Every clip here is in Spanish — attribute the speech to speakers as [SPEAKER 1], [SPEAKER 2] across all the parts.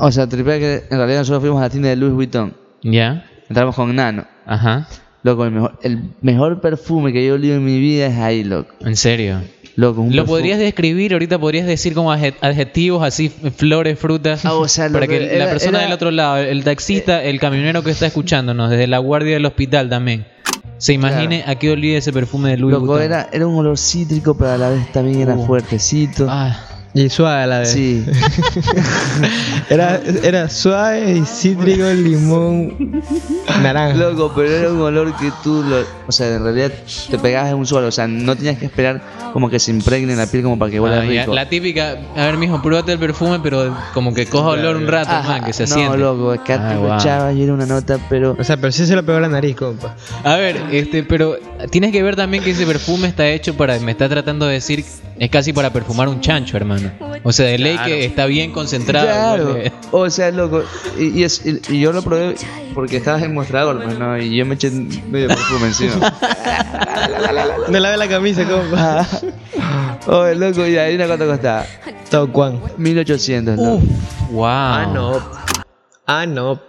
[SPEAKER 1] O sea, triple que en realidad nosotros fuimos a la tienda de Louis Vuitton.
[SPEAKER 2] Ya.
[SPEAKER 1] Entramos con Nano.
[SPEAKER 2] Ajá.
[SPEAKER 1] Loco, el mejor, el mejor perfume que yo he olido en mi vida es ahí, loco.
[SPEAKER 2] En serio.
[SPEAKER 1] Loco, un
[SPEAKER 2] ¿Lo
[SPEAKER 1] perfume-
[SPEAKER 2] podrías describir? Ahorita podrías decir como adje- adjetivos así, f- flores, frutas.
[SPEAKER 1] Ah, o sea, lo
[SPEAKER 2] para que
[SPEAKER 1] que
[SPEAKER 2] la
[SPEAKER 1] era-
[SPEAKER 2] persona
[SPEAKER 1] era- eh,
[SPEAKER 2] del otro lado, el taxista, el camionero que está escuchándonos, desde la guardia del hospital también, se imagine a qué olía ese perfume de Louis
[SPEAKER 1] Loco,
[SPEAKER 2] Vuitton.
[SPEAKER 1] era, era un olor cítrico, pero a la vez también era
[SPEAKER 2] Uh.
[SPEAKER 1] fuertecito.
[SPEAKER 2] Ah,
[SPEAKER 3] Y suave a la vez.
[SPEAKER 1] sí.
[SPEAKER 3] Era, era suave y cítrico, limón, naranja.
[SPEAKER 1] Loco, pero era un olor que tú, lo- o sea, en realidad te pegabas en un suelo, o sea, no tenías que esperar como que se impregne en la piel como para que huela
[SPEAKER 2] ah, ya,
[SPEAKER 1] rico.
[SPEAKER 2] la típica, a ver mijo, pruébate el perfume, pero como que coja olor un rato,
[SPEAKER 1] Ajá,
[SPEAKER 2] man, que se
[SPEAKER 1] no,
[SPEAKER 2] asiente.
[SPEAKER 1] loco, acá
[SPEAKER 2] Ah,
[SPEAKER 1] te
[SPEAKER 2] guau.
[SPEAKER 1] escuchaba y era una nota, pero
[SPEAKER 3] O sea, pero sí se lo pegó la nariz, compa.
[SPEAKER 2] A ver, este, pero tienes que ver también que ese perfume está hecho para, me está tratando de decir, es casi para perfumar un chancho, hermano. O sea, de ley que está bien concentrado.
[SPEAKER 1] Claro.
[SPEAKER 2] huele.
[SPEAKER 1] O sea, loco. Y, y es- y- y yo lo probé porque estabas en mostrador, pues, ¿no? Y yo me eché medio perfume encima.
[SPEAKER 3] No lave la camisa, compa.
[SPEAKER 1] Oye, loco, y ahí una cuánto costaba.
[SPEAKER 3] Tao Kwan.
[SPEAKER 1] 1800,
[SPEAKER 2] Uh.
[SPEAKER 1] loco.
[SPEAKER 3] Uf.
[SPEAKER 2] Wow.
[SPEAKER 3] Ah, no. Ah, no.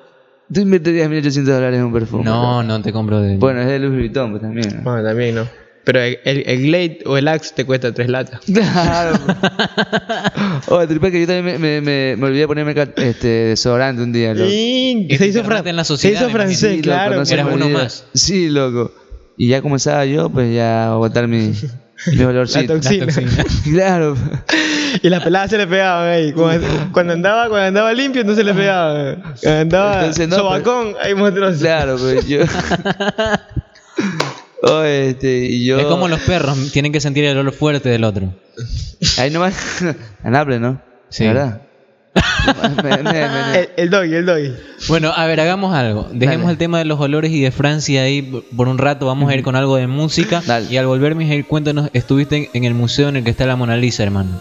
[SPEAKER 1] Tú invertirías 1800 dólares en un perfume. loco.
[SPEAKER 2] No, no te compro de.
[SPEAKER 1] Bueno, es de Louis Vuitton, pues también. ¿no?
[SPEAKER 3] Bueno, también no. Pero el, el, el Glade o el Axe te cuesta tres latas.
[SPEAKER 1] Claro. Oye, triple que yo también me, me, me, me olvidé de ponerme ca- este, desodorante un día, loco.
[SPEAKER 3] Y
[SPEAKER 2] Y
[SPEAKER 3] se
[SPEAKER 2] te
[SPEAKER 3] hizo,
[SPEAKER 2] internet
[SPEAKER 3] fran-
[SPEAKER 2] en la
[SPEAKER 3] se
[SPEAKER 2] sociedad,
[SPEAKER 3] hizo
[SPEAKER 2] me
[SPEAKER 3] francés,
[SPEAKER 1] loco,
[SPEAKER 3] claro.
[SPEAKER 1] no se
[SPEAKER 2] Eras
[SPEAKER 1] me
[SPEAKER 2] uno
[SPEAKER 1] olvida.
[SPEAKER 2] más.
[SPEAKER 1] Sí, loco. Y ya comenzaba yo, pues ya a botar mi, mi
[SPEAKER 3] la
[SPEAKER 1] olorcito.
[SPEAKER 3] toxina.
[SPEAKER 1] Claro.
[SPEAKER 3] y las peladas se le pegaban ahí. Cuando, cuando andaba, cuando andaba limpio, no se le pegaban. Cuando andaba
[SPEAKER 1] Entonces, no,
[SPEAKER 3] sobacón, ahí mostró.
[SPEAKER 1] Claro, pues yo. Oh, este, y yo.
[SPEAKER 2] Es como los perros, tienen que sentir el olor fuerte del otro.
[SPEAKER 1] Ahí nomás. En Apple, ¿no?
[SPEAKER 2] Sí.
[SPEAKER 1] ¿Verdad? Me- me- me-
[SPEAKER 3] El, el doggy, el doggy.
[SPEAKER 2] Bueno, a ver, hagamos algo. Dejemos el tema de los olores y de Francia ahí por- por un rato. Vamos a ir con algo de música.
[SPEAKER 1] Dale.
[SPEAKER 2] Y al volver, Miguel, cuéntanos, estuviste en, en el museo en el que está la Mona Lisa, hermano.